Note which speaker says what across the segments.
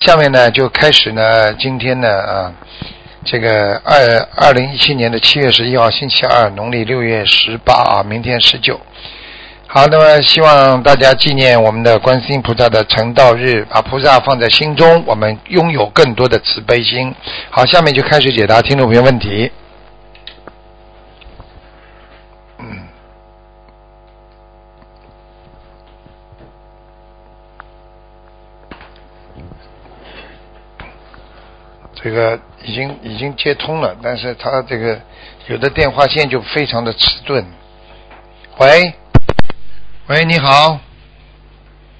Speaker 1: 下面呢，就开始呢，今天呢啊，这个二二零一七年的七月十一号，星期二，农历六月十八啊，明天十九。好，那么希望大家纪念我们的观世音菩萨的成道日，把菩萨放在心中，我们拥有更多的慈悲心。好，下面就开始解答听众朋友问题。嗯，这个已经已经接通了，但是他这个有的电话线就非常的迟钝。喂，喂，你好，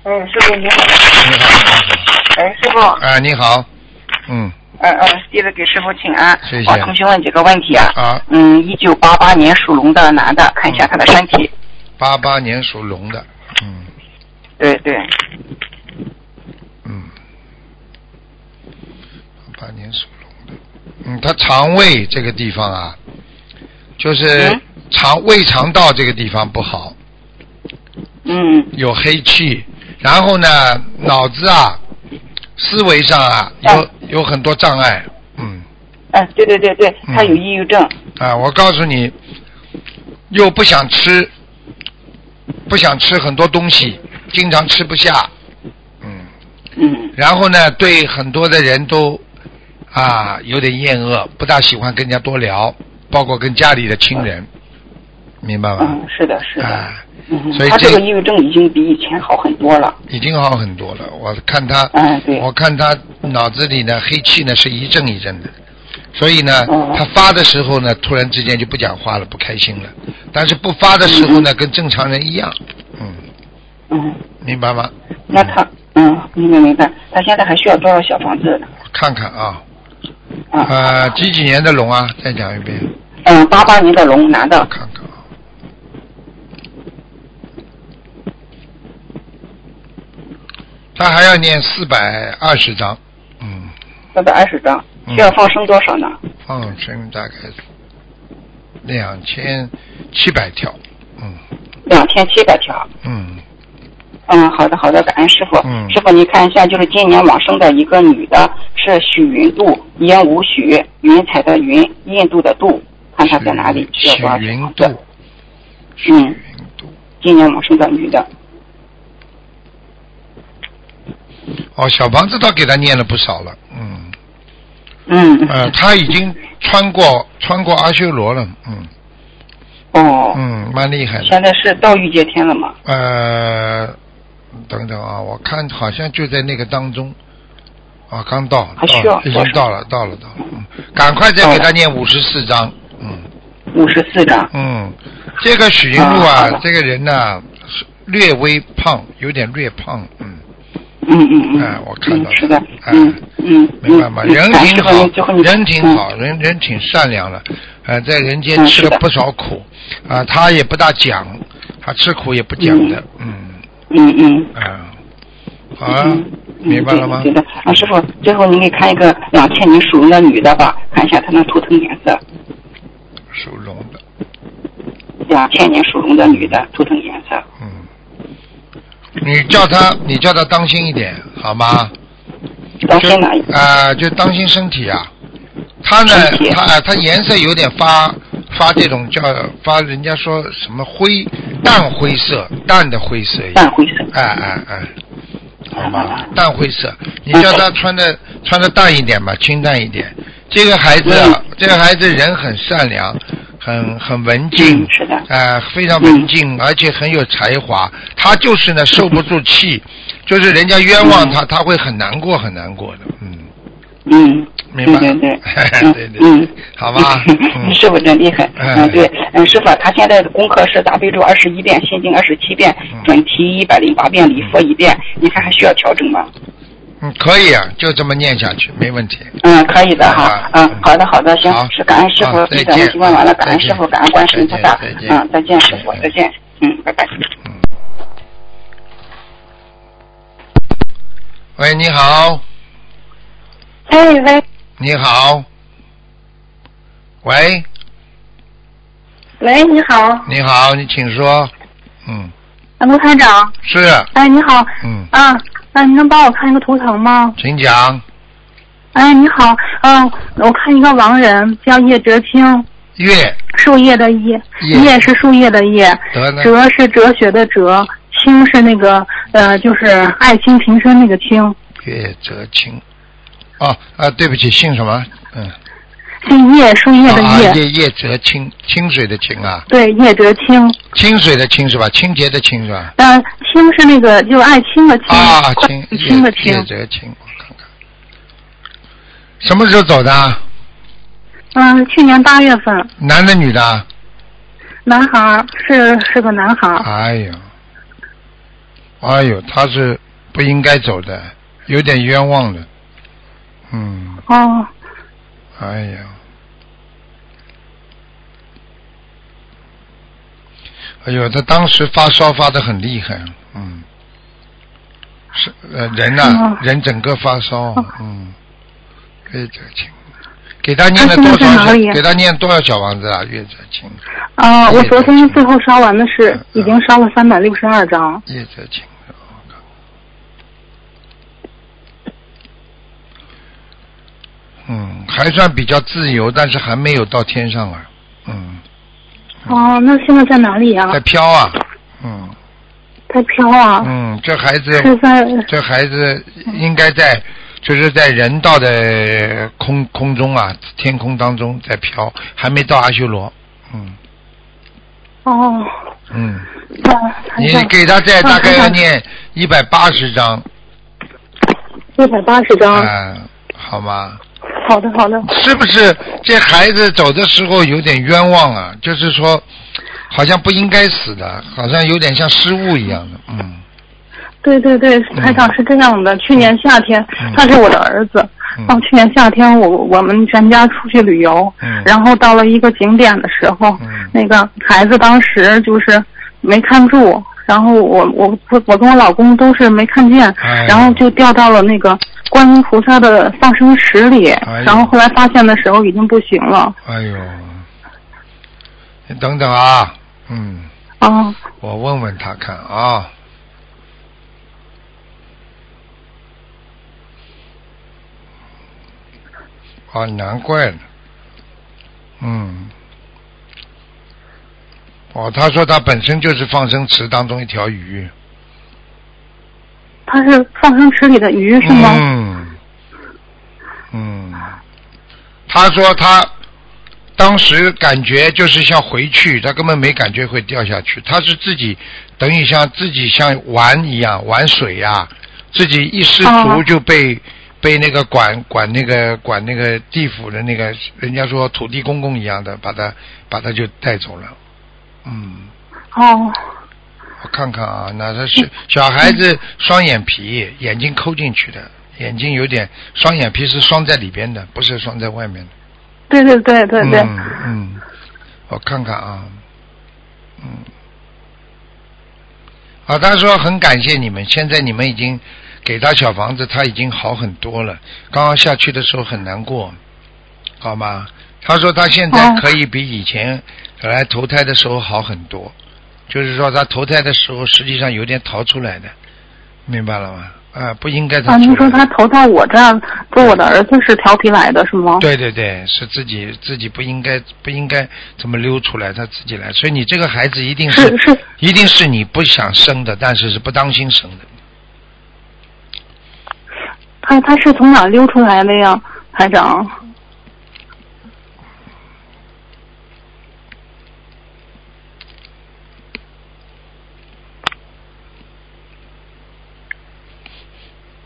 Speaker 2: 嗯，师傅你好，
Speaker 1: 你好，
Speaker 2: 哎，师傅，
Speaker 1: 啊，你好，嗯，
Speaker 2: 嗯嗯，弟子给师傅请安。
Speaker 1: 谢谢
Speaker 2: 我同学问几个问题啊。
Speaker 1: 啊，
Speaker 2: 嗯，一九八八年属龙的男的，看一下他的身
Speaker 1: 嗯
Speaker 2: 体。
Speaker 1: 八八年属龙的，嗯
Speaker 2: 对对，
Speaker 1: 嗯，八八年属龙的，嗯，他肠胃这个地方啊，就是
Speaker 2: 嗯
Speaker 1: 肠胃肠道这个地方不好，
Speaker 2: 嗯
Speaker 1: 有黑气，然后呢，脑子啊，思维上啊，有
Speaker 2: 哎
Speaker 1: 有很多障碍，嗯，
Speaker 2: 嗯，对对对对，
Speaker 1: 嗯
Speaker 2: 他有抑郁症。
Speaker 1: 啊，我告诉你，又不想吃，不想吃很多东西，经常吃不下，嗯，
Speaker 2: 嗯
Speaker 1: 然后呢，对很多的人都啊有点厌恶，不大喜欢跟人家多聊，包括跟家里的亲人，明白吗？
Speaker 2: 嗯，是的，是的。
Speaker 1: 啊，
Speaker 2: 嗯
Speaker 1: 所以
Speaker 2: 他
Speaker 1: 这
Speaker 2: 这个抑郁症已经比以前好很多了。
Speaker 1: 已经好很多了。我看他，
Speaker 2: 嗯，对。
Speaker 1: 我看他脑子里呢黑气呢是一阵一阵的，所以呢
Speaker 2: 哦，
Speaker 1: 他发的时候呢，突然之间就不讲话了，不开心了。但是不发的时候呢，跟正常人一样，嗯，
Speaker 2: 嗯，
Speaker 1: 明白吗？
Speaker 2: 那他嗯，明白明白。他现在还需要多少小房子呢？
Speaker 1: 我看看啊，
Speaker 2: 啊。
Speaker 1: 呃，几几年的龙啊？再讲一遍，
Speaker 2: 嗯，八八年的龙男的
Speaker 1: 我。看看啊。他还要念四百二十章，嗯，
Speaker 2: 三百二十张，
Speaker 1: 嗯
Speaker 2: 需要放生多少呢？
Speaker 1: 放生大概两千七百条，嗯
Speaker 2: 两千七百条。
Speaker 1: 嗯，
Speaker 2: 嗯，好的好的，感恩师傅。
Speaker 1: 嗯
Speaker 2: 师傅，你看一下，就是今年往生的一个女的，是许云度，烟无许，云彩的云，印度的度，看看在哪里，需要
Speaker 1: 许
Speaker 2: 多少
Speaker 1: 云嗯
Speaker 2: 张
Speaker 1: 度
Speaker 2: 子？，
Speaker 1: 许云度，
Speaker 2: 今年往生的女的，
Speaker 1: 哦，小房子倒给他念了不少了，嗯，
Speaker 2: 嗯，
Speaker 1: 呃，他已经穿过穿过阿修罗了，嗯
Speaker 2: 哦，
Speaker 1: 嗯，蛮厉害的，
Speaker 2: 现在是到御界天了吗？
Speaker 1: 呃，等等啊，我看好像就在那个当中，啊，刚到，到
Speaker 2: 还需要
Speaker 1: 已
Speaker 2: 多
Speaker 1: 经
Speaker 2: 少
Speaker 1: 到了，到了，到了，嗯，赶快再给他念五十四章，嗯。
Speaker 2: 五十四张，
Speaker 1: 嗯，这个许云路啊
Speaker 2: 啊好，的
Speaker 1: 这个人呢、是略微胖，有点略胖，嗯，
Speaker 2: 嗯嗯嗯，
Speaker 1: 哎我看到了
Speaker 2: 嗯是的，
Speaker 1: 哎
Speaker 2: 嗯嗯
Speaker 1: 明白吗？
Speaker 2: 嗯
Speaker 1: 人
Speaker 2: 感恩
Speaker 1: 挺
Speaker 2: 师傅
Speaker 1: 好
Speaker 2: 您最后，您
Speaker 1: 人挺
Speaker 2: 嗯
Speaker 1: 好，人人挺善良的，呃，在人间
Speaker 2: 嗯
Speaker 1: 吃
Speaker 2: 是
Speaker 1: 了
Speaker 2: 的
Speaker 1: 不少苦，啊，他也不大讲，他吃苦也不讲的，嗯，
Speaker 2: 嗯嗯。
Speaker 1: 啊，好啊
Speaker 2: 嗯，
Speaker 1: 明白了吗
Speaker 2: 对？的，对的啊，师傅，最后您给看一个两千年属龙的女的吧，看一下她那图腾颜色。
Speaker 1: 属龙的，
Speaker 2: 两千年属龙的女的，图腾颜色。
Speaker 1: 嗯，你叫他，你叫他当心一点，好吗？
Speaker 2: 当
Speaker 1: 就
Speaker 2: 心哪一个？
Speaker 1: 啊、就当心身体啊。它呢
Speaker 2: 身体，
Speaker 1: 它啊，它颜色有点发发这种叫发，人家说什么灰淡灰色，淡的灰色一样。
Speaker 2: 淡灰色。
Speaker 1: 哎哎哎，好吧嗯
Speaker 2: 啊，
Speaker 1: 淡灰色。你叫
Speaker 2: 嗯
Speaker 1: 他穿的穿的淡一点吧，清淡一点。这个孩子
Speaker 2: 嗯
Speaker 1: 啊，这个孩子人很善良，很很文静
Speaker 2: 嗯，是的
Speaker 1: 啊、非常文静，
Speaker 2: 嗯
Speaker 1: 而且很有才华。他就是 呢，受不住气，就是人家冤枉他，他会很难过，很难过的。嗯，
Speaker 2: 嗯，
Speaker 1: 明白。
Speaker 2: 对对对，
Speaker 1: 对
Speaker 2: 嗯
Speaker 1: 对，，好 吧。嗯
Speaker 2: 嗯，师傅真厉害，
Speaker 1: 哎
Speaker 2: 嗯，对，嗯，师傅啊，他现在的功课是大悲咒二十一遍，心经二十七遍
Speaker 1: 嗯，
Speaker 2: 准提一百零八遍，礼佛一遍，您看还需要调整吗？
Speaker 1: 嗯，可以啊，就这么念下去，没问题。
Speaker 2: 嗯，可以的哈
Speaker 1: 啊，
Speaker 2: 嗯
Speaker 1: 嗯，
Speaker 2: 好的好的，行
Speaker 1: 好，
Speaker 2: 是感恩师傅
Speaker 1: 好，再
Speaker 2: 咱们
Speaker 1: 见啊
Speaker 2: 问完了，感
Speaker 1: 再
Speaker 2: 恩
Speaker 1: 见
Speaker 2: 师傅，感恩观世音菩萨
Speaker 1: 再见再，见
Speaker 2: 嗯，再见师傅，
Speaker 1: 再见
Speaker 2: 再见，嗯，拜拜。
Speaker 1: 喂，你好，
Speaker 3: 哎喂
Speaker 1: 你好，喂，
Speaker 3: 喂，你好，
Speaker 1: 你好，你请说。嗯，
Speaker 3: 啊卢台长，
Speaker 1: 是，
Speaker 3: 哎你好，
Speaker 1: 嗯，
Speaker 3: 啊，嗯、你能帮我看一个图腾吗？
Speaker 1: 请讲。
Speaker 3: 哎，你好，嗯、我看一个亡人叫叶哲青，
Speaker 1: 月
Speaker 3: 树叶的叶，
Speaker 1: 叶
Speaker 3: 叶是树叶的叶，
Speaker 1: 得呢？
Speaker 3: 哲是哲学的哲，青是那个呃，就是爱卿平身那个青，
Speaker 1: 月泽清。哦啊，对不起，姓什么？嗯，
Speaker 3: 姓叶，树叶的
Speaker 1: 啊
Speaker 3: 叶，
Speaker 1: 叶叶泽清，清水的清啊，
Speaker 3: 对，叶哲青。
Speaker 1: 清水的清是吧？清洁的清是吧？
Speaker 3: 呃，青是那个就爱青的青，
Speaker 1: 啊，
Speaker 3: 快
Speaker 1: 清
Speaker 3: 青的
Speaker 1: 叶
Speaker 3: 青
Speaker 1: 叶。泽清，我看看，什么时候走的啊？
Speaker 3: 嗯、去年八月份，
Speaker 1: 男的女的啊？
Speaker 3: 男孩儿是是个男孩儿，
Speaker 1: 哎呦，哎呦，他是不应该走的，有点冤枉的。嗯，
Speaker 3: 哦，
Speaker 1: 哎呀，哎呦，他当时发烧发的很厉害，嗯，是呃人呐、
Speaker 3: 是吗
Speaker 1: 人整个发烧，
Speaker 3: 哦
Speaker 1: 嗯，可以这个情。给他念
Speaker 3: 他
Speaker 1: 了
Speaker 3: 现
Speaker 1: 多
Speaker 3: 在在
Speaker 1: 少
Speaker 3: 哪
Speaker 1: 小？
Speaker 3: 里呀啊
Speaker 1: 给他念多少小王子啊？月泽清，
Speaker 3: 呃，我
Speaker 1: 叶
Speaker 3: 昨天
Speaker 1: 青
Speaker 3: 最后烧完的是
Speaker 1: 嗯，
Speaker 3: 已经烧了三百六十二张。
Speaker 1: 叶泽清，我看嗯，还算比较自由，但是还没有到天上啊。嗯，
Speaker 3: 哦，那现在在哪里呀、
Speaker 1: 在飘啊。嗯
Speaker 3: 在飘啊，
Speaker 1: 嗯，这孩子，
Speaker 3: 是在
Speaker 1: 这孩子应该在，就是在人道的空空中啊，天空当中在飘，还没到阿修罗。嗯
Speaker 3: 哦，
Speaker 1: 嗯，
Speaker 3: 在台
Speaker 1: 你
Speaker 3: 上
Speaker 1: 给他再
Speaker 3: 嗯
Speaker 1: 大概
Speaker 3: 台
Speaker 1: 要
Speaker 3: 长
Speaker 1: 念一百八十章
Speaker 3: 一百八十张
Speaker 1: 啊、。好吗？
Speaker 3: 好的，好的。
Speaker 1: 是不是这孩子走的时候有点冤枉啊？就是说，好像不应该死的，好像有点像失误一样的。嗯
Speaker 3: 对对对，台长是这样的，去年夏天
Speaker 1: 嗯
Speaker 3: 他是我的儿子，
Speaker 1: 嗯
Speaker 3: 然后去年夏天我我们全家出去旅游，
Speaker 1: 嗯
Speaker 3: 然后到了一个景点的时候，
Speaker 1: 嗯
Speaker 3: 那个孩子当时就是没看住，然后我我我跟我老公都是没看见，
Speaker 1: 哎
Speaker 3: 然后就掉到了那个观音菩萨的放生池里，
Speaker 1: 哎呦
Speaker 3: 然后后来发现的时候已经不行了，
Speaker 1: 哎呦，你等等啊，嗯，
Speaker 3: 啊，
Speaker 1: 我问问他看啊。啊，难怪了，嗯，哦，他说他本身就是放生池当中一条鱼，
Speaker 3: 他是放生池里的鱼是吗？
Speaker 1: 嗯，嗯，他说他当时感觉就是像回去，他根本没感觉会掉下去，他是自己等于像自己像玩一样玩水呀、自己一失足
Speaker 3: 哦
Speaker 1: 就被、被那个管管那个管那个地府的那个人家说土地公公一样的，把他把他就带走了，嗯。
Speaker 3: 哦，
Speaker 1: 我看看啊，那他是小孩子双眼皮，眼睛抠进去的，眼睛有点双眼皮是双在里边的，不是双在外面的。
Speaker 3: 对对对对对，
Speaker 1: 嗯嗯，我看看啊，嗯，啊，他说很感谢你们，现在你们已经给他小房子，他已经好很多了。刚刚下去的时候很难过，好吗？他说他现在
Speaker 3: 哦
Speaker 1: 可以比以前来投胎的时候好很多，就是说他投胎的时候实际上有点逃出来的，明白了吗？啊，不应该他
Speaker 3: 啊，
Speaker 1: 出
Speaker 3: 您
Speaker 1: 来
Speaker 3: 说
Speaker 1: 的
Speaker 3: 他投到我这儿，跟我的儿子是调皮来的是吗？
Speaker 1: 对对对，是自己自己不应该不应该怎么溜出来，他自己来。所以你这个孩子一定
Speaker 3: 是是
Speaker 1: 一定是你不想生的，但是是不当心生的。
Speaker 3: 他他是从哪儿溜出来的呀，台长？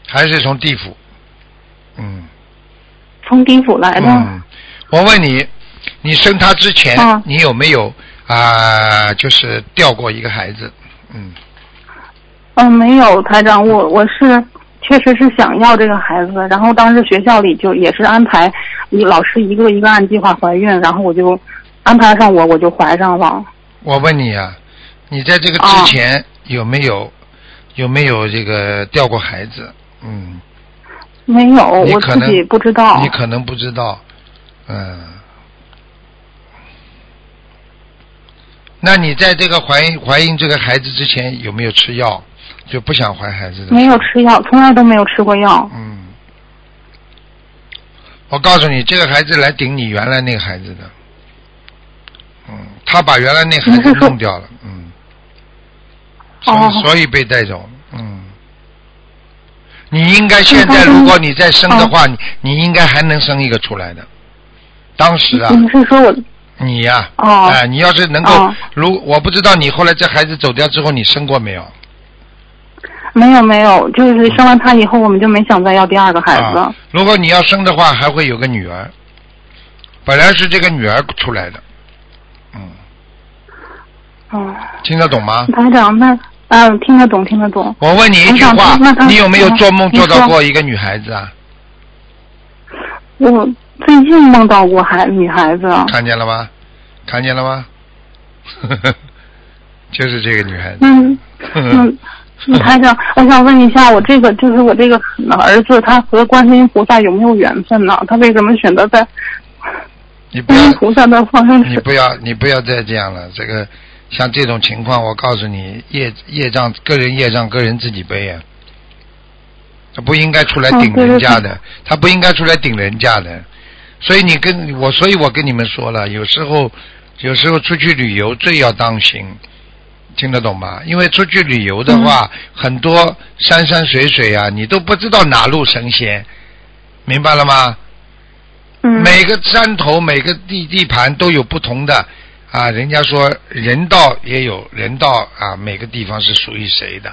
Speaker 1: 还是从地府。嗯
Speaker 3: 从地府来的。
Speaker 1: 嗯，我问你，你生他之前，
Speaker 3: 嗯
Speaker 1: 你有没有啊、就是掉过一个孩子？嗯，
Speaker 3: 嗯，没有，台长，我我是确实是想要这个孩子，然后当时学校里就也是安排，一老师一个一个按计划怀孕，然后我就安排上我，我就怀上了。
Speaker 1: 我问你啊，你在这个
Speaker 3: 哦
Speaker 1: 之前、有没有有没有这个掉过孩子？嗯，
Speaker 3: 没有，
Speaker 1: 你
Speaker 3: 我
Speaker 1: 可
Speaker 3: 自
Speaker 1: 能
Speaker 3: 己不知道
Speaker 1: 你。可能不知道，嗯。那你在这个怀怀孕这个孩子之前有没有吃药？就不想怀孩子的。
Speaker 3: 没有吃药，从来都没有吃过药。
Speaker 1: 嗯，我告诉你，这个孩子来顶你原来那个孩子的，嗯，他把原来那孩子
Speaker 3: 您是说
Speaker 1: 弄掉了，嗯，
Speaker 3: 哦
Speaker 1: 所所以被带走，嗯。你应该现
Speaker 3: 那
Speaker 1: 在，
Speaker 3: 他跟
Speaker 1: 如果你再生的
Speaker 3: 哦
Speaker 1: 话，你你应该还能生一个出来的。当时啊，
Speaker 3: 你是说我
Speaker 1: 你呀、哎、
Speaker 3: 嗯哦
Speaker 1: 你要是能够，
Speaker 3: 哦
Speaker 1: 如我不知道你后来这孩子走掉之后，你生过没有？
Speaker 3: 没有没有，就是生完他以后，我们就没想再要第二个孩子。
Speaker 1: 啊。如果你要生的话，还会有个女儿。本来是这个女儿出来的，嗯，
Speaker 3: 嗯，
Speaker 1: 听得懂吗？
Speaker 3: 台长，那嗯，听得懂，听得懂。
Speaker 1: 我问你一句
Speaker 3: 我
Speaker 1: 话
Speaker 3: 想那，他
Speaker 1: 你有没有做梦
Speaker 3: 嗯
Speaker 1: 做
Speaker 3: 你
Speaker 1: 到
Speaker 3: 说
Speaker 1: 过一个女孩子啊？
Speaker 3: 我最近梦到过孩女孩子，
Speaker 1: 看见了吗？看见了吗？ 就是这个女孩子。
Speaker 3: 嗯嗯，嗯台长，我想问一下，我这个就是我这个儿子，他和观世音菩萨有没有缘分呢？他为什么选择在
Speaker 1: 你不
Speaker 3: 观
Speaker 1: 要
Speaker 3: 世音菩萨的放生
Speaker 1: 你
Speaker 3: 池？
Speaker 1: 不要，你不要再这样了。这个像这种情况，我告诉你，业业障，个人业障，个人自己背啊。他不应该出来
Speaker 3: 哦
Speaker 1: 顶
Speaker 3: 对对
Speaker 1: 人家的，他不应该出来顶人家的。所以你跟我，所以我跟你们说了，有时候，有时候出去旅游最要当心，听得懂吗？因为出去旅游的话，
Speaker 3: 嗯
Speaker 1: 很多山山水水啊，你都不知道哪路神仙，明白了吗？
Speaker 3: 嗯，
Speaker 1: 每个山头、每个地地盘都有不同的啊。人家说人道也有人道啊，每个地方是属于谁的？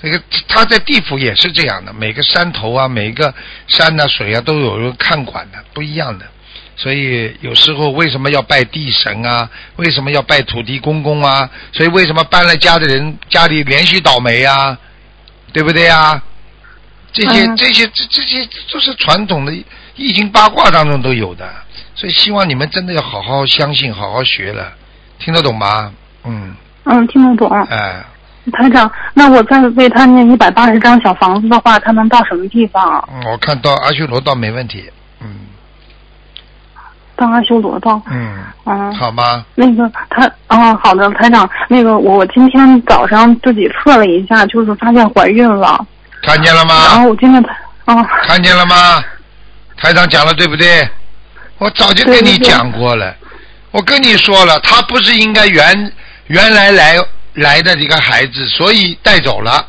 Speaker 1: 这个他在地府也是这样的，每个山头啊、每个山呐、水啊都有人看管的，不一样的。所以有时候为什么要拜地神啊？为什么要拜土地公公啊？所以为什么搬了家的人家里连续倒霉啊？对不对啊？这些、
Speaker 3: 嗯
Speaker 1: 这些这这些都是传统的易经八卦当中都有的，所以希望你们真的要好好相信，好好学了，听得懂吗？嗯，
Speaker 3: 嗯，听得懂。
Speaker 1: 哎，
Speaker 3: 台长，那我再为他念一百八十张小房子的话，他能到什么地方啊？
Speaker 1: 嗯我看到阿修罗道没问题，嗯
Speaker 3: 到阿修罗道。
Speaker 1: 嗯，
Speaker 3: 嗯，
Speaker 1: 好吗？
Speaker 3: 那个他，哦，好的，台长，那个我我今天早上自己测了一下，就是发现怀孕了，
Speaker 1: 看见了
Speaker 3: 然
Speaker 1: 吗？
Speaker 3: 后我今天，哦，
Speaker 1: 看见了吗？台长讲了对不对？我早就跟你
Speaker 3: 对对对
Speaker 1: 讲过了，我跟你说了，他不是应该原原来来来的一个孩子，所以带走了。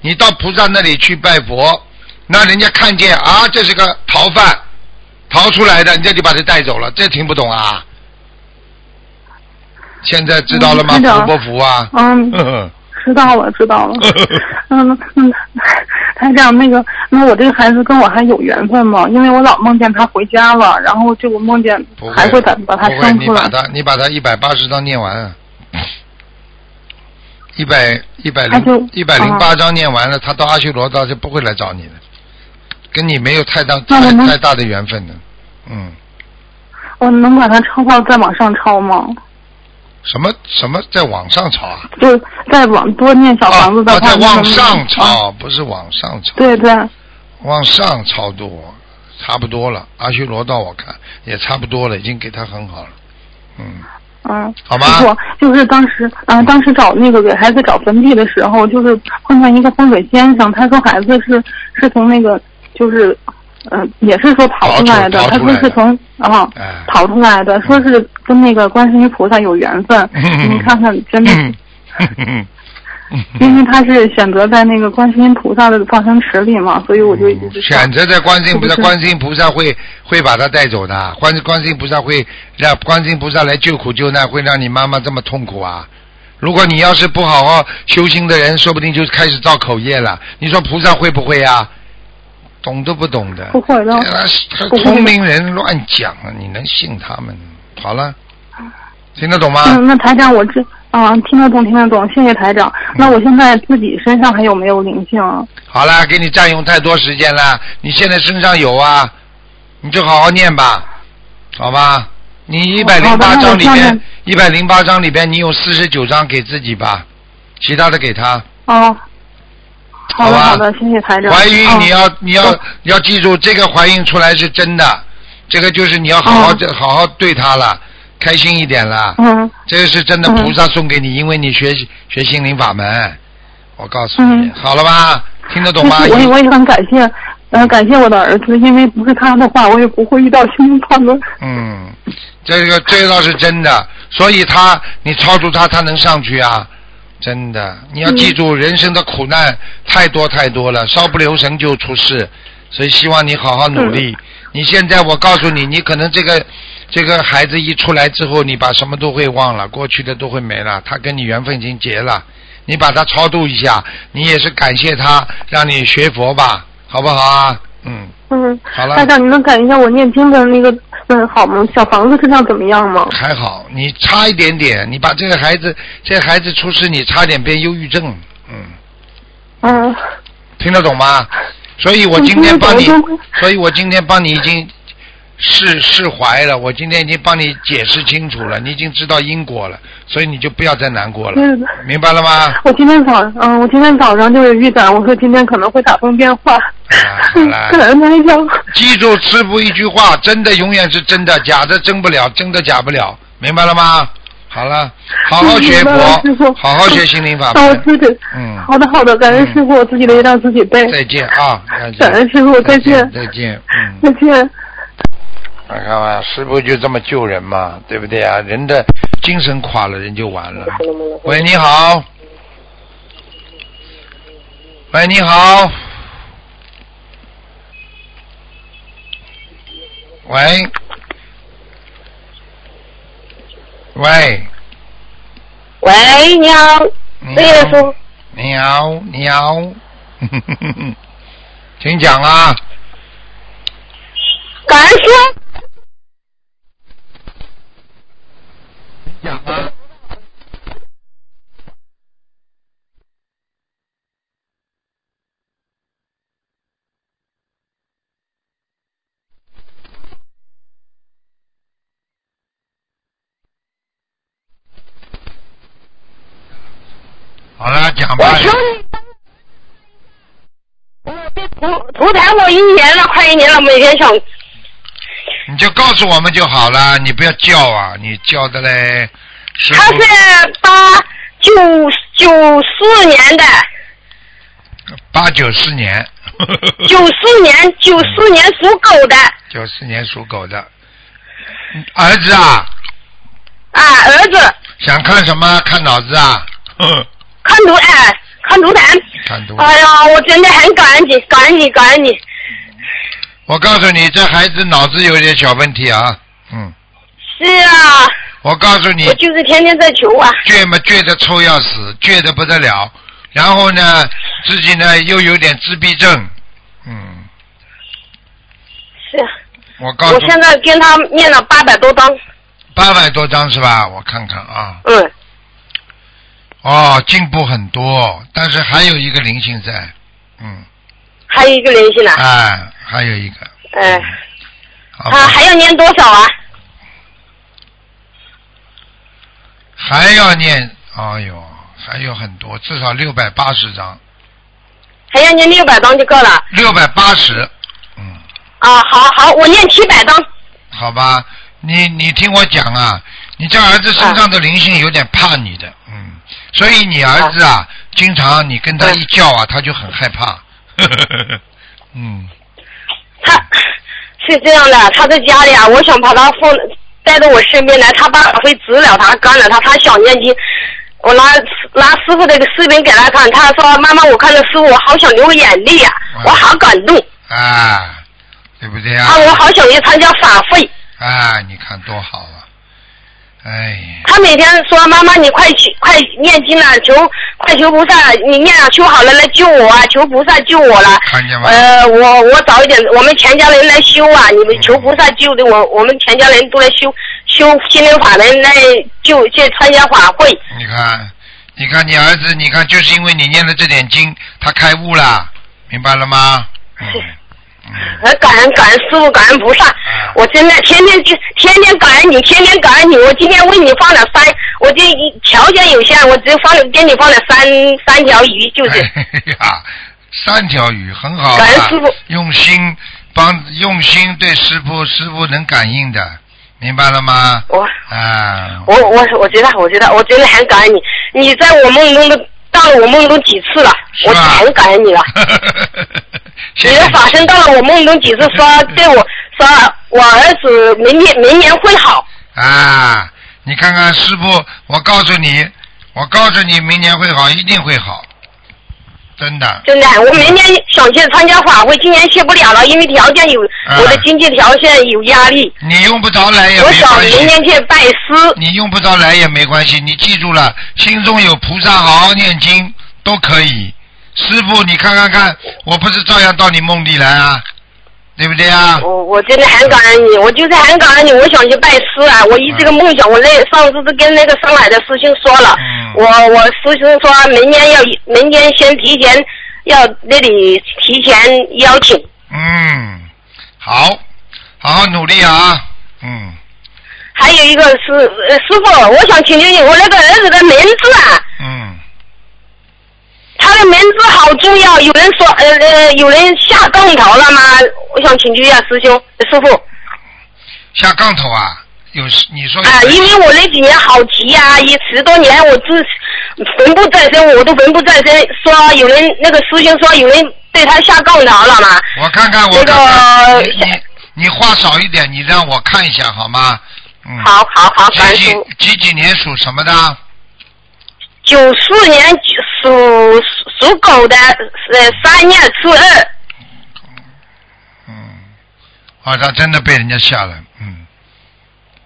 Speaker 1: 你到菩萨那里去拜佛，那人家看见啊，这是个逃犯，逃出来的，人家就把他带走了，这听不懂啊？现在知道了吗？
Speaker 3: 嗯知道
Speaker 1: 服不服啊？
Speaker 3: 嗯，
Speaker 1: 呵呵
Speaker 3: 知道了，知道了，嗯嗯，台长，那个，那我这个孩子跟我还有缘分吗？因为我老梦见他回家了，然后就我梦见
Speaker 1: 不
Speaker 3: 还
Speaker 1: 会
Speaker 3: 会把把他
Speaker 1: 不会，
Speaker 3: 生
Speaker 1: 你
Speaker 3: 出
Speaker 1: 把
Speaker 3: 来，
Speaker 1: 它你把它一百八十章念完啊，一百一百
Speaker 3: 他就啊
Speaker 1: 零一百零八章念完了，他到阿修罗道就不会来找你了，跟你没有太大
Speaker 3: 那我
Speaker 1: 太
Speaker 3: 们
Speaker 1: 太大的缘分的，嗯，
Speaker 3: 我能把他抄到再往上抄吗？
Speaker 1: 什么什么在往上炒啊？
Speaker 3: 就再往多念小
Speaker 1: 啊
Speaker 3: 房子的
Speaker 1: 哦
Speaker 3: 话，
Speaker 1: 在
Speaker 3: 那
Speaker 1: 往
Speaker 3: 能不能
Speaker 1: 上
Speaker 3: 啊
Speaker 1: 炒，不是往上炒，
Speaker 3: 对对，
Speaker 1: 往上超度，差不多了。阿修罗道我看也差不多了，已经给他很好了，嗯，
Speaker 3: 嗯，
Speaker 1: 好吗
Speaker 3: 我就是当时，啊、当时找那个给孩子找坟地的时候，就是碰上一个风水先生，他说孩子是是从那个就是，呃，也是说
Speaker 1: 逃
Speaker 3: 跑
Speaker 1: 出
Speaker 3: 出来的，
Speaker 1: 逃
Speaker 3: 他
Speaker 1: 出
Speaker 3: 说
Speaker 1: 来
Speaker 3: 是
Speaker 1: 的
Speaker 3: 从啊、
Speaker 1: 哎，
Speaker 3: 跑出来的，说是跟那个观世音菩萨有缘分。
Speaker 1: 嗯
Speaker 3: 你看看，真的，嗯 因为他是选择在那个观世音菩萨的放生池里嘛，所以我就一直想
Speaker 1: 选择在观世音菩萨，
Speaker 3: 是不是
Speaker 1: 观世音菩萨会会把他带走的，观世观世音菩萨会让观世音菩萨来救苦救难，会让你妈妈这么痛苦啊！如果你要是不好好修行的人，说不定就开始造口业了。你说菩萨会不会啊？懂都不懂的，
Speaker 3: 不会的
Speaker 1: 他他
Speaker 3: 不会
Speaker 1: 聪明人乱讲啊，你能信他们？好了，听得懂吗？
Speaker 3: 嗯，那台长，我这啊、听得懂，听得懂，谢谢台长。
Speaker 1: 嗯
Speaker 3: 那我现在自己身上还有没有灵性啊？
Speaker 1: 好啦，给你占用太多时间啦。你现在身上有啊，你就好好念吧，好吧？你一百零
Speaker 3: 好
Speaker 1: 八
Speaker 3: 的那
Speaker 1: 章
Speaker 3: 我
Speaker 1: 里
Speaker 3: 下
Speaker 1: 边
Speaker 3: 面，
Speaker 1: 一百零八章里边，你有四十九章给自己吧，其他的给他。
Speaker 3: 哦，
Speaker 1: 好
Speaker 3: 好的
Speaker 1: 吧
Speaker 3: 好的，谢谢台长。
Speaker 1: 怀孕
Speaker 3: 嗯
Speaker 1: 你
Speaker 4: 哦
Speaker 1: 要、你要
Speaker 3: 我
Speaker 1: 你要记住，这个怀孕出来是真的，这个就是你要好好、
Speaker 3: 嗯
Speaker 1: 好好对他了，开心一点了。
Speaker 3: 嗯
Speaker 1: 这个是真的，
Speaker 3: 嗯
Speaker 1: 菩萨送给你，因为你学习学心灵法门。我告诉你，
Speaker 3: 嗯
Speaker 1: 好了吧？听得懂吗？
Speaker 3: 我也我也很感谢，呃，感谢我的儿子，因为不是他的话，我也不会遇到心灵法门。
Speaker 1: 嗯，这个这个倒是真的，所以他你超度他，他能上去啊，真的。你要记住，人生的苦难太多太多了，稍不留神就出事，所以希望你好好努力。你现在我告诉你，你可能这个这个孩子一出来之后，你把什么都会忘了，过去的都会没了，他跟你缘分已经结了，你把他超度一下，你也是感谢他，让你学佛吧，好不好啊？嗯，
Speaker 4: 嗯，
Speaker 1: 好了。
Speaker 4: 台长，你能感觉一下我念经的那个嗯好吗？小房子质量怎么样吗？
Speaker 1: 还好，你差一点点，你把这个孩子，这个孩子出事，你差点变忧郁症，嗯，
Speaker 4: 嗯，
Speaker 1: 听得懂吗？所以我今天
Speaker 4: 嗯听得懂
Speaker 1: 帮你
Speaker 4: 我就，
Speaker 1: 所以我今天帮你已经释释怀了，我今天已经帮你解释清楚了，你已经知道因果了，所以你就不要再难过了，
Speaker 4: 嗯
Speaker 1: 明白了吗？
Speaker 4: 我今天早嗯，我今天早上就是预感，我说今天可能会打通电话
Speaker 1: 好 了，
Speaker 4: 感恩台长。
Speaker 1: 记住师傅一句话，真的永远是真的，假的真不了，真的假不了，明白了吗？好了，好 好学
Speaker 4: 嗯明白了师
Speaker 1: 佛
Speaker 4: 傅，
Speaker 1: 好好学心灵法
Speaker 4: 啊，我
Speaker 1: 门。
Speaker 4: 知道。
Speaker 1: 嗯
Speaker 4: 好的，好的，感恩
Speaker 1: 嗯
Speaker 4: 师傅，我自己的业障自己 背。
Speaker 1: 再见啊！再见
Speaker 4: 感恩师傅，再见，
Speaker 1: 再见，嗯。
Speaker 4: 再见。
Speaker 1: 看看吧，师傅就这么救人嘛，对不对啊？人的精神垮了，人就完了。喂，你好。喂，你好。喂。喂。
Speaker 5: 喂，你好，
Speaker 1: 你
Speaker 5: 对
Speaker 1: 好
Speaker 5: 师傅，
Speaker 1: 你好，你好。 请讲啊。
Speaker 5: 感恩师傅。
Speaker 1: 讲啊。好了，讲
Speaker 5: 我
Speaker 1: 吧。
Speaker 5: 求你，我这图图谈我一年了，快一年了，每天想，
Speaker 1: 你就告诉我们就好了，你不要叫啊，你叫的嘞，师
Speaker 5: 他
Speaker 1: 傅
Speaker 5: 是八九九四年的，
Speaker 1: 八九四年，
Speaker 5: 九四年九四年属狗的
Speaker 1: 九四年属狗的，嗯儿子啊，
Speaker 5: 啊，儿子
Speaker 1: 想看什么？看脑子啊？
Speaker 5: 看图哎，看图谈，
Speaker 1: 看多了。
Speaker 5: 哎呀，我真的很感恩你，感恩你，感恩你，
Speaker 1: 我告诉你，这孩子脑子有点小问题啊。嗯，
Speaker 5: 是啊，
Speaker 1: 我告诉你
Speaker 5: 我，就是天天在求啊，
Speaker 1: 倔嘛倔的臭要死，倔的不得了。然后呢，自己呢又有点自闭症。嗯，
Speaker 5: 是啊，
Speaker 1: 我告诉
Speaker 5: 我现在跟他念了八百多张，
Speaker 1: 八百多张是吧？我看看啊。
Speaker 5: 嗯，
Speaker 1: 哦，进步很多，但是还有一个灵性在。嗯，
Speaker 5: 还有一个联系呢，
Speaker 1: 哎，还有一个，嗯
Speaker 5: 哎、
Speaker 1: 好吧
Speaker 5: 啊，还要念多少啊？
Speaker 1: 还要念，哎呦，还有很多，至少六百八十张，
Speaker 5: 还要念六百张就够了。
Speaker 1: 六百八十，嗯，
Speaker 5: 啊，好好，我念七百张。
Speaker 1: 好吧，你你听我讲啊，你这儿子身上的灵性有点怕你的，嗯，所以你儿子啊，经常你跟他一叫啊，他就很害怕， 嗯，
Speaker 5: 他是这样的，他在家里啊，我想把他放带到我身边来，他爸爸会指了他，干了他，他想念经。我拿拿师傅这个视频给他看，他说：“妈妈，我看着师傅，我好想流眼泪呀、
Speaker 1: 嗯
Speaker 5: 我好感动
Speaker 1: 啊，对不对啊？
Speaker 5: 啊，我好想去参加法会。
Speaker 1: 啊，你看多好啊，哎呀”。
Speaker 5: 他每天说：“妈妈，你快去，快念经了，求快求菩萨，你念了修好了来救我啊，求菩萨救我了。”
Speaker 1: 看见吗？
Speaker 5: 呃，我我早一点，我们全家人来修啊！你们求菩萨救的我，我们全家人都来修修心灵法门，来就去参加法会。
Speaker 1: 你看，你看你儿子，你看就是因为你念了这点经，他开悟了，明白了吗？嗯嗯，
Speaker 5: 呃，感恩感恩师傅，感恩菩萨，我真的天天就天天感恩你，天天感恩你。我今天为你放了三，我这一条件有限，我只放了给你放了三三条鱼，就是、
Speaker 1: 哎呀，三条鱼很好
Speaker 5: 感恩
Speaker 1: 啊
Speaker 5: 师傅，
Speaker 1: 用心帮，用心对师傅，师傅能感应的，明白了吗？
Speaker 5: 我
Speaker 1: 啊，
Speaker 5: 我我我知道，我知道，我真的很感恩你。你在我梦中的到了我梦中几次了，
Speaker 1: 是
Speaker 5: 我
Speaker 1: 吧
Speaker 5: 全感恩 你了。
Speaker 1: 谢
Speaker 5: 你
Speaker 1: 谢
Speaker 5: 的法身到了我梦中几次 说，对我说我儿子明年明年会好，
Speaker 1: 啊！你看看师傅，我告诉你，我告诉你，明年会好，一定会好，真的。
Speaker 5: 真的，我明年想去参加法会，今年去不了了，因为条件有、
Speaker 1: 嗯
Speaker 5: 我的经济条件有压力，
Speaker 1: 你用不着来也
Speaker 5: 我
Speaker 1: 哎没
Speaker 5: 想
Speaker 1: 关
Speaker 5: 明
Speaker 1: 系，
Speaker 5: 年去拜师。
Speaker 1: 你用不着来也没关系。你记住了，心中有菩萨，好好念经都可以。师傅，你看看看，我不是照样到你梦里来啊，对不对啊？
Speaker 5: 我我真的很感恩你，我就是很感恩你，我想去拜师啊！我一这个梦想，我那上次都跟那个上海的师兄说了，
Speaker 1: 嗯
Speaker 5: 我我师兄说明年要明年先提前要那里提前邀请，
Speaker 1: 嗯，好，好好努力啊。嗯，
Speaker 5: 还有一个是呃师傅，我想请求你，我那个儿子的名字啊，
Speaker 1: 嗯，
Speaker 5: 他的名字好重要，有人说呃呃有人下杠头了吗？我想请求一下师兄呃师傅
Speaker 1: 下杠头啊，有事你说有
Speaker 5: 啊、
Speaker 1: 事
Speaker 5: 因为我那几年好急呀、一十多年我自魂不在身，我都魂不在身，说有人那个师兄说有人对他下杠头了嘛，
Speaker 1: 我看看，我
Speaker 5: 这个
Speaker 1: 看看你
Speaker 5: 下
Speaker 1: 你你话少一点，你让我看一下好吗？嗯，
Speaker 5: 好好好，
Speaker 1: 几
Speaker 5: 感
Speaker 1: 几
Speaker 5: 恩
Speaker 1: 几几年属什么的？
Speaker 5: 九四年属属属狗的呃三月初二。
Speaker 1: 嗯，啊，他真的被人家吓了，嗯，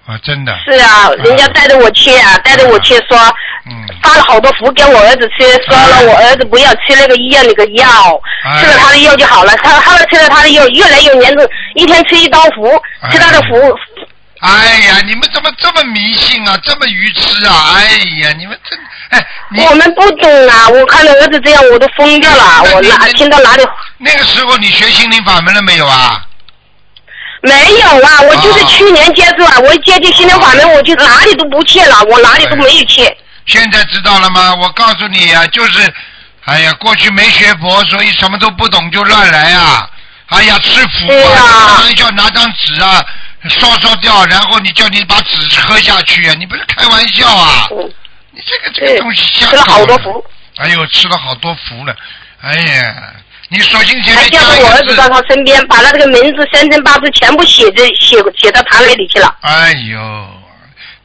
Speaker 1: 啊，真的，
Speaker 5: 是啊，人家带着我去啊，带着我去说，
Speaker 1: 嗯，
Speaker 5: 发了好多福给我儿子吃，说
Speaker 1: 哎
Speaker 5: 了我儿子不要吃那个医院那个药，
Speaker 1: 哎
Speaker 5: 吃了他的药就好了。他后来吃了他的药，越来越严重，一天吃一刀服，吃他的服，
Speaker 1: 哎呀，你们怎么这么迷信啊，这么愚痴啊？哎呀，你们真，哎，你
Speaker 5: 我们不懂啊！我看到儿子这样，我都疯掉了。
Speaker 1: 那
Speaker 5: 我
Speaker 1: 你
Speaker 5: 哪
Speaker 1: 那
Speaker 5: 听到哪里
Speaker 1: 那个时候你学心灵法门了没有啊？
Speaker 5: 没有啊？我就是
Speaker 1: 啊
Speaker 5: 去年接触啊，我一接触心灵法门，我就哪里都不去了，我哪里
Speaker 1: 哎
Speaker 5: 都没有去。
Speaker 1: 啊现在知道了吗？我告诉你啊，就是，哎呀，过去没学佛，所以什么都不懂就乱来啊！哎呀，吃福
Speaker 5: 对
Speaker 1: 啊，
Speaker 5: 啊
Speaker 1: 开玩笑拿张纸啊，烧烧掉，然后你叫你把纸喝下去啊，你不是开玩笑啊？
Speaker 5: 嗯，
Speaker 1: 你这个这
Speaker 5: 对
Speaker 1: 个东西吓
Speaker 5: 吃了
Speaker 1: 到我
Speaker 5: 好多福，
Speaker 1: 哎呦，吃了好多福了，哎呀，你索性前
Speaker 5: 还
Speaker 1: 面
Speaker 5: 叫
Speaker 1: 加
Speaker 5: 着我儿
Speaker 1: 一
Speaker 5: 子
Speaker 1: 个
Speaker 5: 到
Speaker 1: 字，
Speaker 5: 他身边，把他这个名字生辰八字全部写在写写到堂里里去了。
Speaker 1: 哎呦，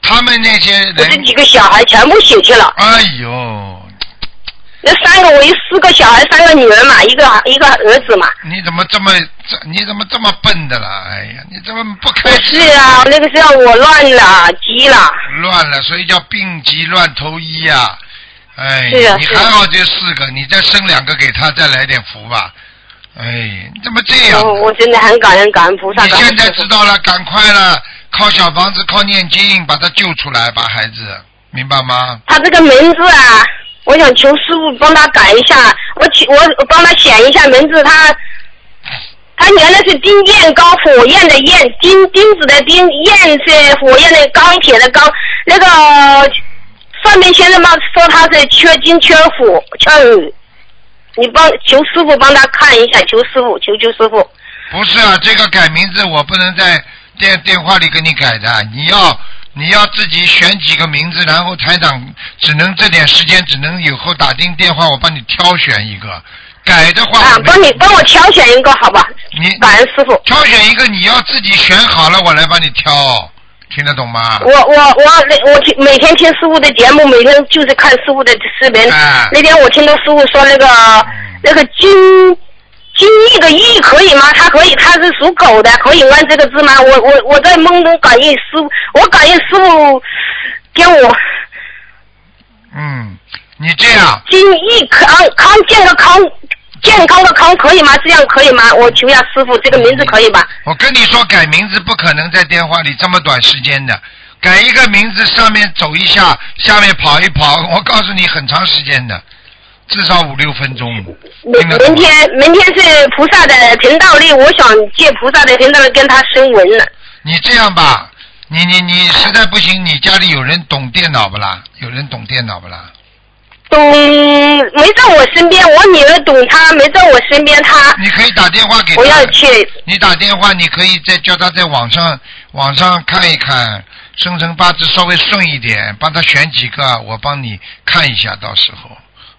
Speaker 1: 他们那些
Speaker 5: 我这
Speaker 1: 人
Speaker 5: 几，个小孩全部写去了，
Speaker 1: 哎呦，
Speaker 5: 那三个我有四个小孩，三个女儿嘛，一个一个儿子嘛。
Speaker 1: 你怎么这么这你怎么这么笨的啦？哎呀，你怎么不
Speaker 5: 我
Speaker 1: 开
Speaker 5: 是啊，那个时候我乱了，急了。
Speaker 1: 乱了，所以叫病急乱投医呀、啊。哎，
Speaker 5: 是啊
Speaker 1: 你
Speaker 5: 是啊
Speaker 1: 还好这四个，你再生两个给他，再来点福吧。哎，你怎么这样呢？
Speaker 5: 我哦我真的很感恩感恩菩萨。
Speaker 1: 你
Speaker 5: 感
Speaker 1: 现
Speaker 5: 恩
Speaker 1: 在
Speaker 5: 菩
Speaker 1: 知
Speaker 5: 萨
Speaker 1: 道了，赶快了，靠小房子，靠念经，把他救出来吧，孩子，明白吗？
Speaker 5: 他这个名字啊，我想求师傅帮他改一下，我起我我帮他选一下名字，他。他原来是丁彦高，火焰的焰，钉钉子的钉，焰是火焰的钢铁的钢。那个上面先生嘛说他是缺金缺火缺铝，你帮求师傅帮他看一下，求师傅求求师傅。
Speaker 1: 不是啊，这个改名字我不能在电电话里给你改的，你要你要自己选几个名字，然后台长只能这点时间，只能以后打进电话，我帮你挑选一个。改的话，
Speaker 5: 啊
Speaker 1: 我，没
Speaker 5: 帮你帮我挑选一个好吧？
Speaker 1: 你
Speaker 5: 感恩师傅。
Speaker 1: 挑选一个，你要自己选好了，我来帮你挑，听得懂吗？
Speaker 5: 我我我我听每天听师傅的节目，每天就是看师傅的视频。
Speaker 1: 哎
Speaker 5: 那天我听到师傅说那个、那个金金翼的翼可以吗？它可以，它是属狗的，可以按这个字吗？我我我在梦中感应师傅，我感应师傅给我
Speaker 1: 嗯，你这样，
Speaker 5: 金翼康啊康健的康健康的康可以吗？这样可以吗？我求一下师傅，这个名字可以吧？
Speaker 1: 我跟你说，改名字不可能在电话里这么短时间的，改一个名字上面走一下，下面跑一跑， 我告诉你很长时间的，至少五六分钟。
Speaker 5: 明
Speaker 1: 听得懂
Speaker 5: 明
Speaker 1: 吗？
Speaker 5: 天明天是菩萨的频道日，我想借菩萨的频道日跟他升文呢。
Speaker 1: 你这样吧，你你你实在不行，你家里有人懂电脑不啦？有人懂电脑不啦？
Speaker 5: 懂没在我身边，我女儿懂他没在我身边，他
Speaker 1: 你可以打电话给他。
Speaker 5: 我要去
Speaker 1: 你打电话，你可以再叫他在网上网上看一看，生辰八字稍微顺一点，帮他选几个，我帮你看一下，到时候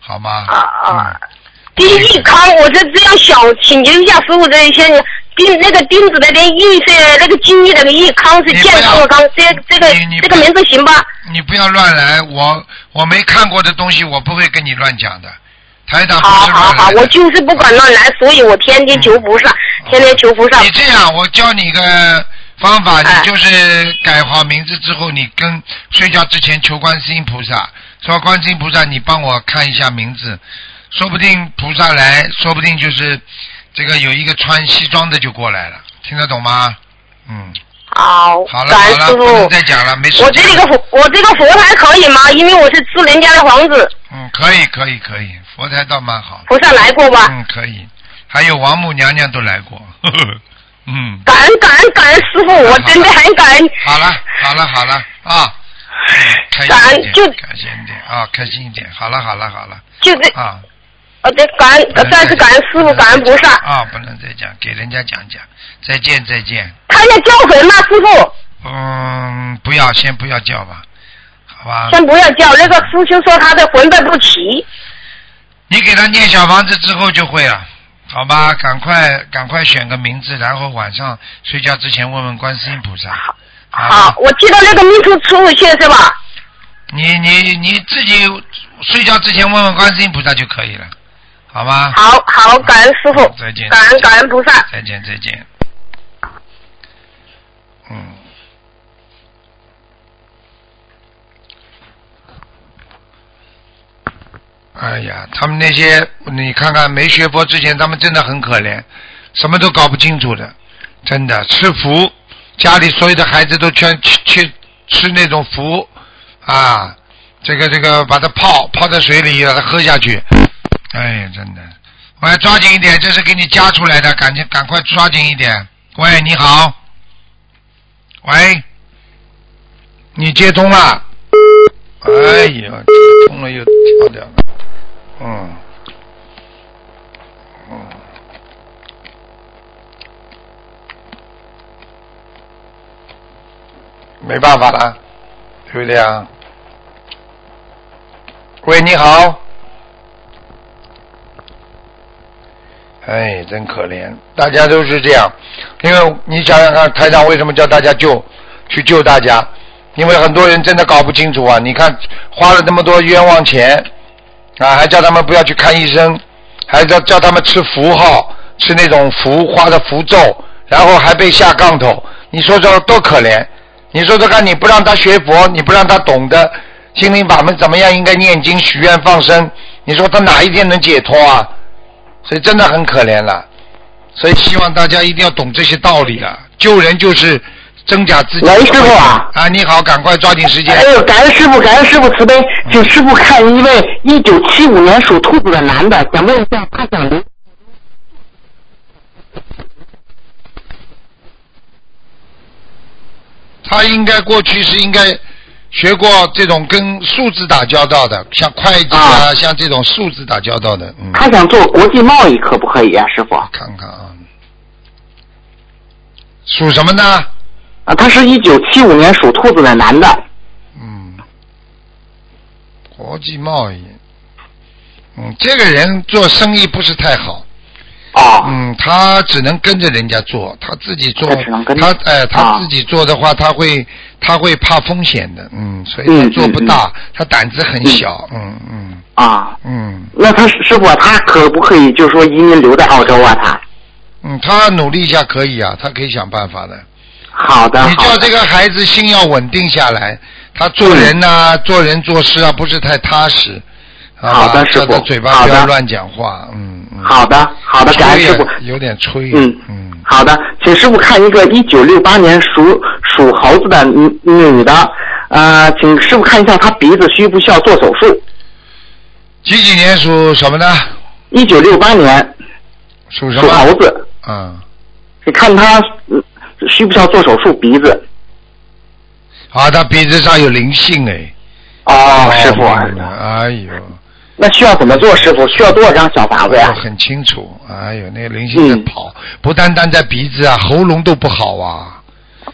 Speaker 1: 好吗？
Speaker 5: 啊啊
Speaker 1: 嗯
Speaker 5: 第一康，我是这样想，请求一下师傅这一些年。丁那个丁子那边义是那个金义那个义康是
Speaker 1: 你不
Speaker 5: 健
Speaker 1: 要
Speaker 5: 康的康，这这个
Speaker 1: 你你
Speaker 5: 这个名字行吧？
Speaker 1: 你不要乱来，我我没看过的东西，我不会跟你乱讲的。台长不
Speaker 5: 好
Speaker 1: 是
Speaker 5: 好
Speaker 1: 乱
Speaker 5: 好
Speaker 1: 来，的。
Speaker 5: 我就是不管乱来，所以我天天求菩萨，天天求菩萨
Speaker 1: 嗯你。这样，我教你个方法，
Speaker 5: 哎
Speaker 1: 你就是改好名字之后，你跟睡觉之前求观世音菩萨，说观世音菩萨，你帮我看一下名字，说不定菩萨来，说不定就是这个有一个穿西装的就过来了，听得懂吗？嗯，
Speaker 5: 好
Speaker 1: 好，了
Speaker 5: 感
Speaker 1: 好
Speaker 5: 恩师
Speaker 1: 了，不能
Speaker 5: 傅。
Speaker 1: 再讲了，没时
Speaker 5: 我这
Speaker 1: 间
Speaker 5: 里个
Speaker 1: 了。
Speaker 5: 佛，我这个佛台可以吗？因为我是支人家的房子，
Speaker 1: 嗯，可以可以可以，佛台倒蛮好的。
Speaker 5: 菩萨来过吧？
Speaker 1: 嗯，可以。还有王母娘娘都来过。 呵呵嗯，
Speaker 5: 感恩感恩感恩师傅，我真的很感恩。
Speaker 1: 好了好了好了啊。开
Speaker 5: 感
Speaker 1: 心一
Speaker 5: 恩就
Speaker 1: 点，开心一点啊，开心一点。好了，好了，好了
Speaker 5: 就这，
Speaker 1: 啊！
Speaker 5: 呃，对，感恩
Speaker 1: 不能
Speaker 5: 再次感恩师傅，感恩菩萨。
Speaker 1: 啊！不能再讲，给人家讲讲。再见，再见。
Speaker 5: 看一下教诲嘛，师傅，
Speaker 1: 嗯，不要，先不要叫吧，好吧？
Speaker 5: 先不要叫。那个师兄说他的魂魄不齐，
Speaker 1: 你给他念小房子之后就会了，好吧？赶快，赶快选个名字，然后晚上睡觉之前问问观世音菩萨。好吧
Speaker 5: 好，我记得那个秘书出回去是吧？
Speaker 1: 啊你你你自己睡觉之前问问观世音菩萨就可以了，好吗？
Speaker 5: 好好，感恩师傅，
Speaker 1: 再见
Speaker 5: 感
Speaker 1: 再见
Speaker 5: 恩感恩菩萨。
Speaker 1: 再见再见。嗯。哎呀，他们那些你看看没学佛之前，他们真的很可怜，什么都搞不清楚的，真的吃福，家里所有的孩子都全去去吃那种福啊，这个这个把它泡泡在水里，把它喝下去，哎，真的，我要抓紧一点，这是给你加出来的，赶紧赶快抓紧一点。喂，你好，喂，你接通了？哎呀，接通了又跳掉了，嗯，嗯。没办法了，对不对啊？喂，你好。哎，真可怜，大家都是这样。因为你想想看，台长为什么叫大家救，去救大家？因为很多人真的搞不清楚啊！你看花了那么多冤枉钱，啊，还叫他们不要去看医生，还叫叫他们吃符号，吃那种符花的符咒，然后还被下杠头。你说说多可怜！你说说看，你不让他学佛，你不让他懂得心灵法门怎么样应该念经、许愿、放生，你说他哪一天能解脱啊？所以真的很可怜了。所以希望大家一定要懂这些道理啊！救人就是增加自己的
Speaker 6: 喂
Speaker 1: 慧根。
Speaker 6: 师傅啊
Speaker 1: 啊，你好，赶快抓紧时间。
Speaker 6: 哎呦，感恩师傅，感恩师傅慈悲，请师傅看一位一九七五年属兔子的男的，想问一下，他想留
Speaker 1: 他应该过去是应该学过这种跟数字打交道的，像会计啊，
Speaker 6: 啊
Speaker 1: 像这种数字打交道的，嗯，
Speaker 6: 他想做国际贸易，可不可以啊，师傅？
Speaker 1: 看看啊，属什么呢？
Speaker 6: 啊，他是一九七五年属兔子的男的，
Speaker 1: 嗯，国际贸易，嗯，这个人做生意不是太好，
Speaker 6: 哦，
Speaker 1: 嗯，他只能跟着人家做，他自己做，
Speaker 6: 他只能跟
Speaker 1: 他哎，他
Speaker 6: 啊
Speaker 1: 自己做的话，他会他会怕风险的，嗯，所以
Speaker 6: 嗯
Speaker 1: 他做不
Speaker 6: 嗯
Speaker 1: 大，他胆子很小，嗯嗯
Speaker 6: 啊，
Speaker 1: 嗯
Speaker 6: 那他师傅啊他可不可以就是说移民留在澳洲啊？他
Speaker 1: 嗯，他努力一下可以啊，他可以想办法的。
Speaker 6: 好的，
Speaker 1: 你
Speaker 6: 好
Speaker 1: 叫
Speaker 6: 的
Speaker 1: 这个孩子心要稳定下来，他做人呐、做人做事啊，不是太踏实。
Speaker 6: 嗯好的
Speaker 1: 吧
Speaker 6: 师
Speaker 1: 叫他
Speaker 6: 傅
Speaker 1: 嘴巴
Speaker 6: 好
Speaker 1: 不要
Speaker 6: 的
Speaker 1: 乱讲话，嗯嗯。
Speaker 6: 好的，好的，
Speaker 1: 吹
Speaker 6: 感恩师
Speaker 1: 也
Speaker 6: 傅，
Speaker 1: 有点吹，
Speaker 6: 嗯
Speaker 1: 嗯。
Speaker 6: 好的，请师傅看一个一九六八年属属猴子的女女的，呃，请师傅看一下她鼻子需不需要做手术？
Speaker 1: 几几年属什么呢？
Speaker 6: 一九六八年
Speaker 1: 属什
Speaker 6: 属猴
Speaker 1: 么？
Speaker 6: 子，
Speaker 1: 嗯。
Speaker 6: 你看她嗯需不需要做手术鼻子？
Speaker 1: 啊，他鼻子上有灵性哎。
Speaker 6: 哦，师傅，
Speaker 1: 明白了哎呦，
Speaker 6: 那需要怎么做？师傅需要多少张小房子呀嗯
Speaker 1: 我？很清楚。哎呦，那个灵性在跑，不单单在鼻子啊，喉咙都不好啊。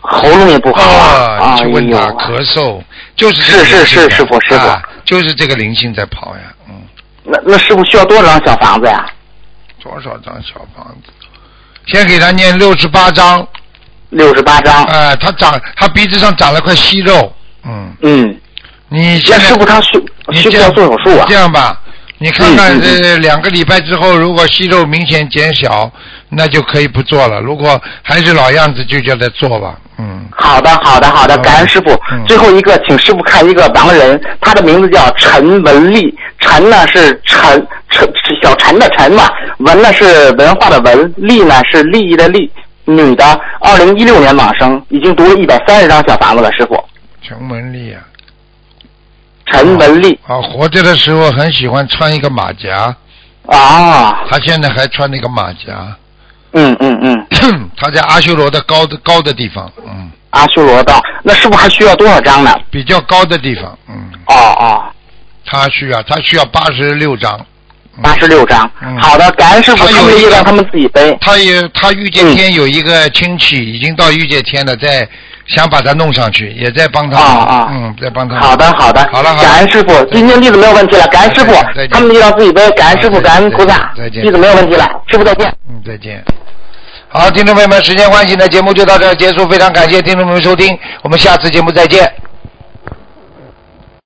Speaker 6: 喉咙也不好啊，
Speaker 1: 你去问他
Speaker 6: 哎呦
Speaker 1: 咳嗽，就是这个
Speaker 6: 是是
Speaker 1: 灵性啊
Speaker 6: 是
Speaker 1: 在
Speaker 6: 师傅师傅
Speaker 1: 啊就是这个灵性在跑呀，嗯，
Speaker 6: 那那师傅需要多少张小房子呀？
Speaker 1: 多少张小房子？先给他念六十八章，
Speaker 6: 六十八张。
Speaker 1: 哎、他长他鼻子上长了块息肉，嗯，
Speaker 6: 嗯，
Speaker 1: 你
Speaker 6: 那
Speaker 1: 现在
Speaker 6: 师傅他需
Speaker 1: 你
Speaker 6: 需
Speaker 1: 这
Speaker 6: 不需要
Speaker 1: 样
Speaker 6: 做手术啊
Speaker 1: 这？样吧，你看看
Speaker 6: 嗯嗯
Speaker 1: 这两个礼拜之后，如果息肉明显减小，那就可以不做了；如果还是老样子，就叫他做吧。嗯，
Speaker 6: 好的，好的，好的，
Speaker 1: 嗯
Speaker 6: 感恩师傅。
Speaker 1: 嗯
Speaker 6: 最后一个，请师傅看一个盲人，他的名字叫陈文丽，陈呢是陈陈小陈的陈嘛，文呢是文化的文，丽呢是利益的利，女的，二零一六年往生，已经读了一百三十张小房子了，师傅。
Speaker 1: 陈文丽啊，
Speaker 6: 陈文丽
Speaker 1: 啊，活着的时候很喜欢穿一个马甲，哦
Speaker 6: 啊，
Speaker 1: 他现在还穿那个马甲，
Speaker 6: 嗯嗯嗯，
Speaker 1: 他在阿修罗的高的高的地方，嗯，
Speaker 6: 阿修罗道，那师傅还需要多少张呢？
Speaker 1: 比较高的地方，嗯，
Speaker 6: 哦哦，
Speaker 1: 他需要他需要八十六张，嗯
Speaker 6: 八十六张
Speaker 1: 嗯。
Speaker 6: 好的，感恩师傅，
Speaker 1: 还有
Speaker 6: 他们的
Speaker 1: 一
Speaker 6: 业
Speaker 1: 个
Speaker 6: 障他们自己背。
Speaker 1: 他也他御界天有一个亲戚已经到御界天了，在想把他弄上去，也在帮他，
Speaker 6: 啊啊
Speaker 1: 嗯，在帮他。
Speaker 6: 好的，好的，
Speaker 1: 好了好了
Speaker 6: 感恩师傅，今天弟子没有问题了，感恩师傅
Speaker 1: 再见再见，
Speaker 6: 他们就要自己背，感恩师
Speaker 1: 好
Speaker 6: 傅，
Speaker 1: 再见
Speaker 6: 感恩菩萨
Speaker 1: 再见再，见
Speaker 6: 弟子没有问题了，师傅再见。
Speaker 1: 嗯，再见。好，听众朋友们，时间关系呢，节目就到这儿结束，非常感谢听众朋友们收听，我们下次节目再见。